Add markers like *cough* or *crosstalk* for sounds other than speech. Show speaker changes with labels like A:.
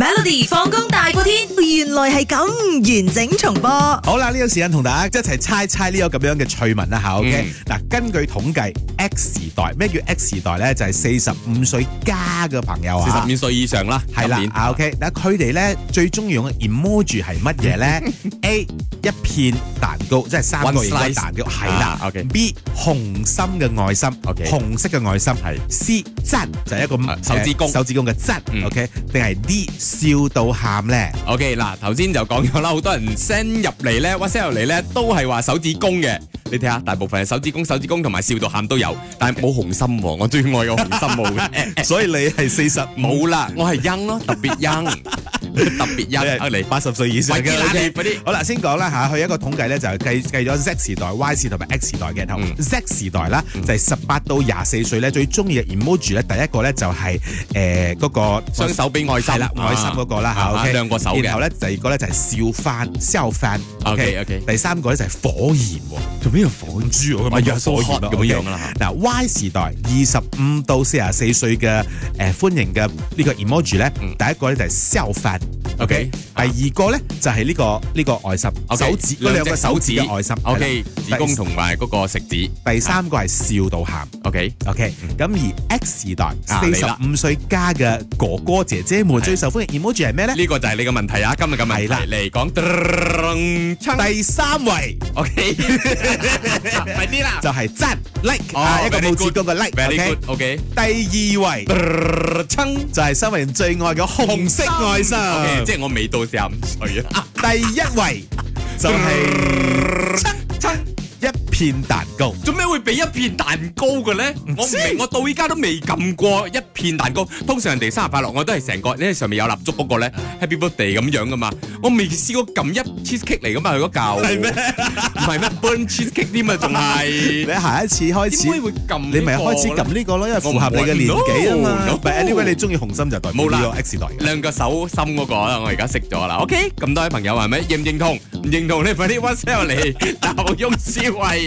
A: Melody 放工大過天，原來係咁完整重播。
B: 好啦，呢、個時間同大家一齊猜猜呢個咁樣嘅趣聞啦吓，OK？嗱、
C: 嗯
B: 根據統計，X 時代咩叫 X 時代咧？就係四十五歲加嘅朋友
C: 四十
B: 啊。
C: 五歲以上啦，
B: 係啦
C: 今年
B: 啊，OK，嗱佢哋咧最中意用嘅 emoji 係乜嘢咧
C: *laughs*
B: ？A 一片蛋糕，即係三個
C: One
B: 形嘅
C: slice
B: 蛋糕，係啦
C: 啊。，OK
B: B 紅心嘅愛心
C: OK
B: 紅色嘅愛心係 C 質就係一個
C: 啊手指公
B: 手指公嘅質
C: 嗯
B: ，OK，定係 D 笑到喊咧？，
C: OK 嗱，頭先就講咗啦，好多人 send 入嚟咧，WhatsApp 入嚟咧，都係話手指公嘅。你睇下，大部分係手指公、手指公同埋笑到喊都有，但係冇紅心喎。我最愛嘅紅心冇嘅
B: 所以你係四十冇
C: 冇啦，我係 young 咯，特別 young，特別 young 嚟。
B: 八十歲以上
C: 快
B: 嘅
C: 啲啦，你
B: OK
C: 快啲！
B: 好啦，先講啦嚇，佢一個統計咧就係計計咗 Z 時代、Y 時代同埋 X 時代嘅頭。
C: 嗯
B: Z 時代啦，就係十八到廿四歲咧最中意嘅 emoji 咧，第一個咧就係誒嗰個
C: 雙手俾愛心，
B: 係啦，愛心嗰個啦
C: 啊
B: 嚇，OK
C: 兩個手嘅
B: 然後咧第二個咧就係笑翻、笑翻
C: OK，OK
B: 第三個咧就係火焰喎，哦做咩用火焰豬我
C: 咪又係
B: 火焰
C: 啊咁
B: 啦
C: 樣啦。
B: 啊嗱 Y 時代二十五到四十四歲嘅誒歡迎嘅呢個 emoji 咧，
C: 嗯
B: 第一個咧就係笑飯
C: OK，
B: 第
C: 啊
B: 二個咧就係呢個呢個愛心
C: OK，
B: 手指嗰
C: 兩
B: 兩
C: 隻
B: 個手指嘅愛心
C: OK，啊
B: 係
C: 子
B: 啦
C: 宮同埋嗰個食指
B: 第第三個係笑到喊。
C: ，OK。
B: OK，咁而 X 時代
C: 嗯啊
B: 四
C: 嚟
B: 十
C: 啦
B: 五歲加嘅哥哥姐姐們最受歡迎 emoji 係咩咧？
C: 呢個就係你嘅問題啊！今日嘅問
B: 係啦
C: 題嚟講，
B: 第三位
C: OK，快啲啦！
B: 就係真 like À,
C: 哦
B: 啊，一個
C: Ờ, very
B: 拇指嗰個
C: Very
B: like，OK。
C: good，OK。
B: 第二位就係新人最愛嘅紅色愛心。
C: OK，即係我未到四十五歲啊！
B: 第一位就係一片蛋糕。
C: 做咩會俾一片蛋糕嘅咧？我唔明，我到依家都未撳過一片蛋糕。通常人哋生日快樂，我都係成個，因為上面有蠟燭嗰個咧，Happy Birthday 咁樣噶嘛。我未試過撳一 cheesecake 嚟噶嘛，佢嗰嚿係咩？唔係咩 burn cheesecake 添啊，仲
B: 你
C: 係
B: 下一次開
C: 點解
B: 始，
C: 會撳呢個咧？
B: 你咪開始撳呢個咯，因為符合你嘅年紀啊嘛。But anyway，你中意紅心就代表呢個 X 代嘅。
C: 兩個手心嗰個啦，我而家識咗啦。OK，咁多位朋友係咪認唔認同？唔認同你快啲 WhatsApp 嚟，鬧翁思慧。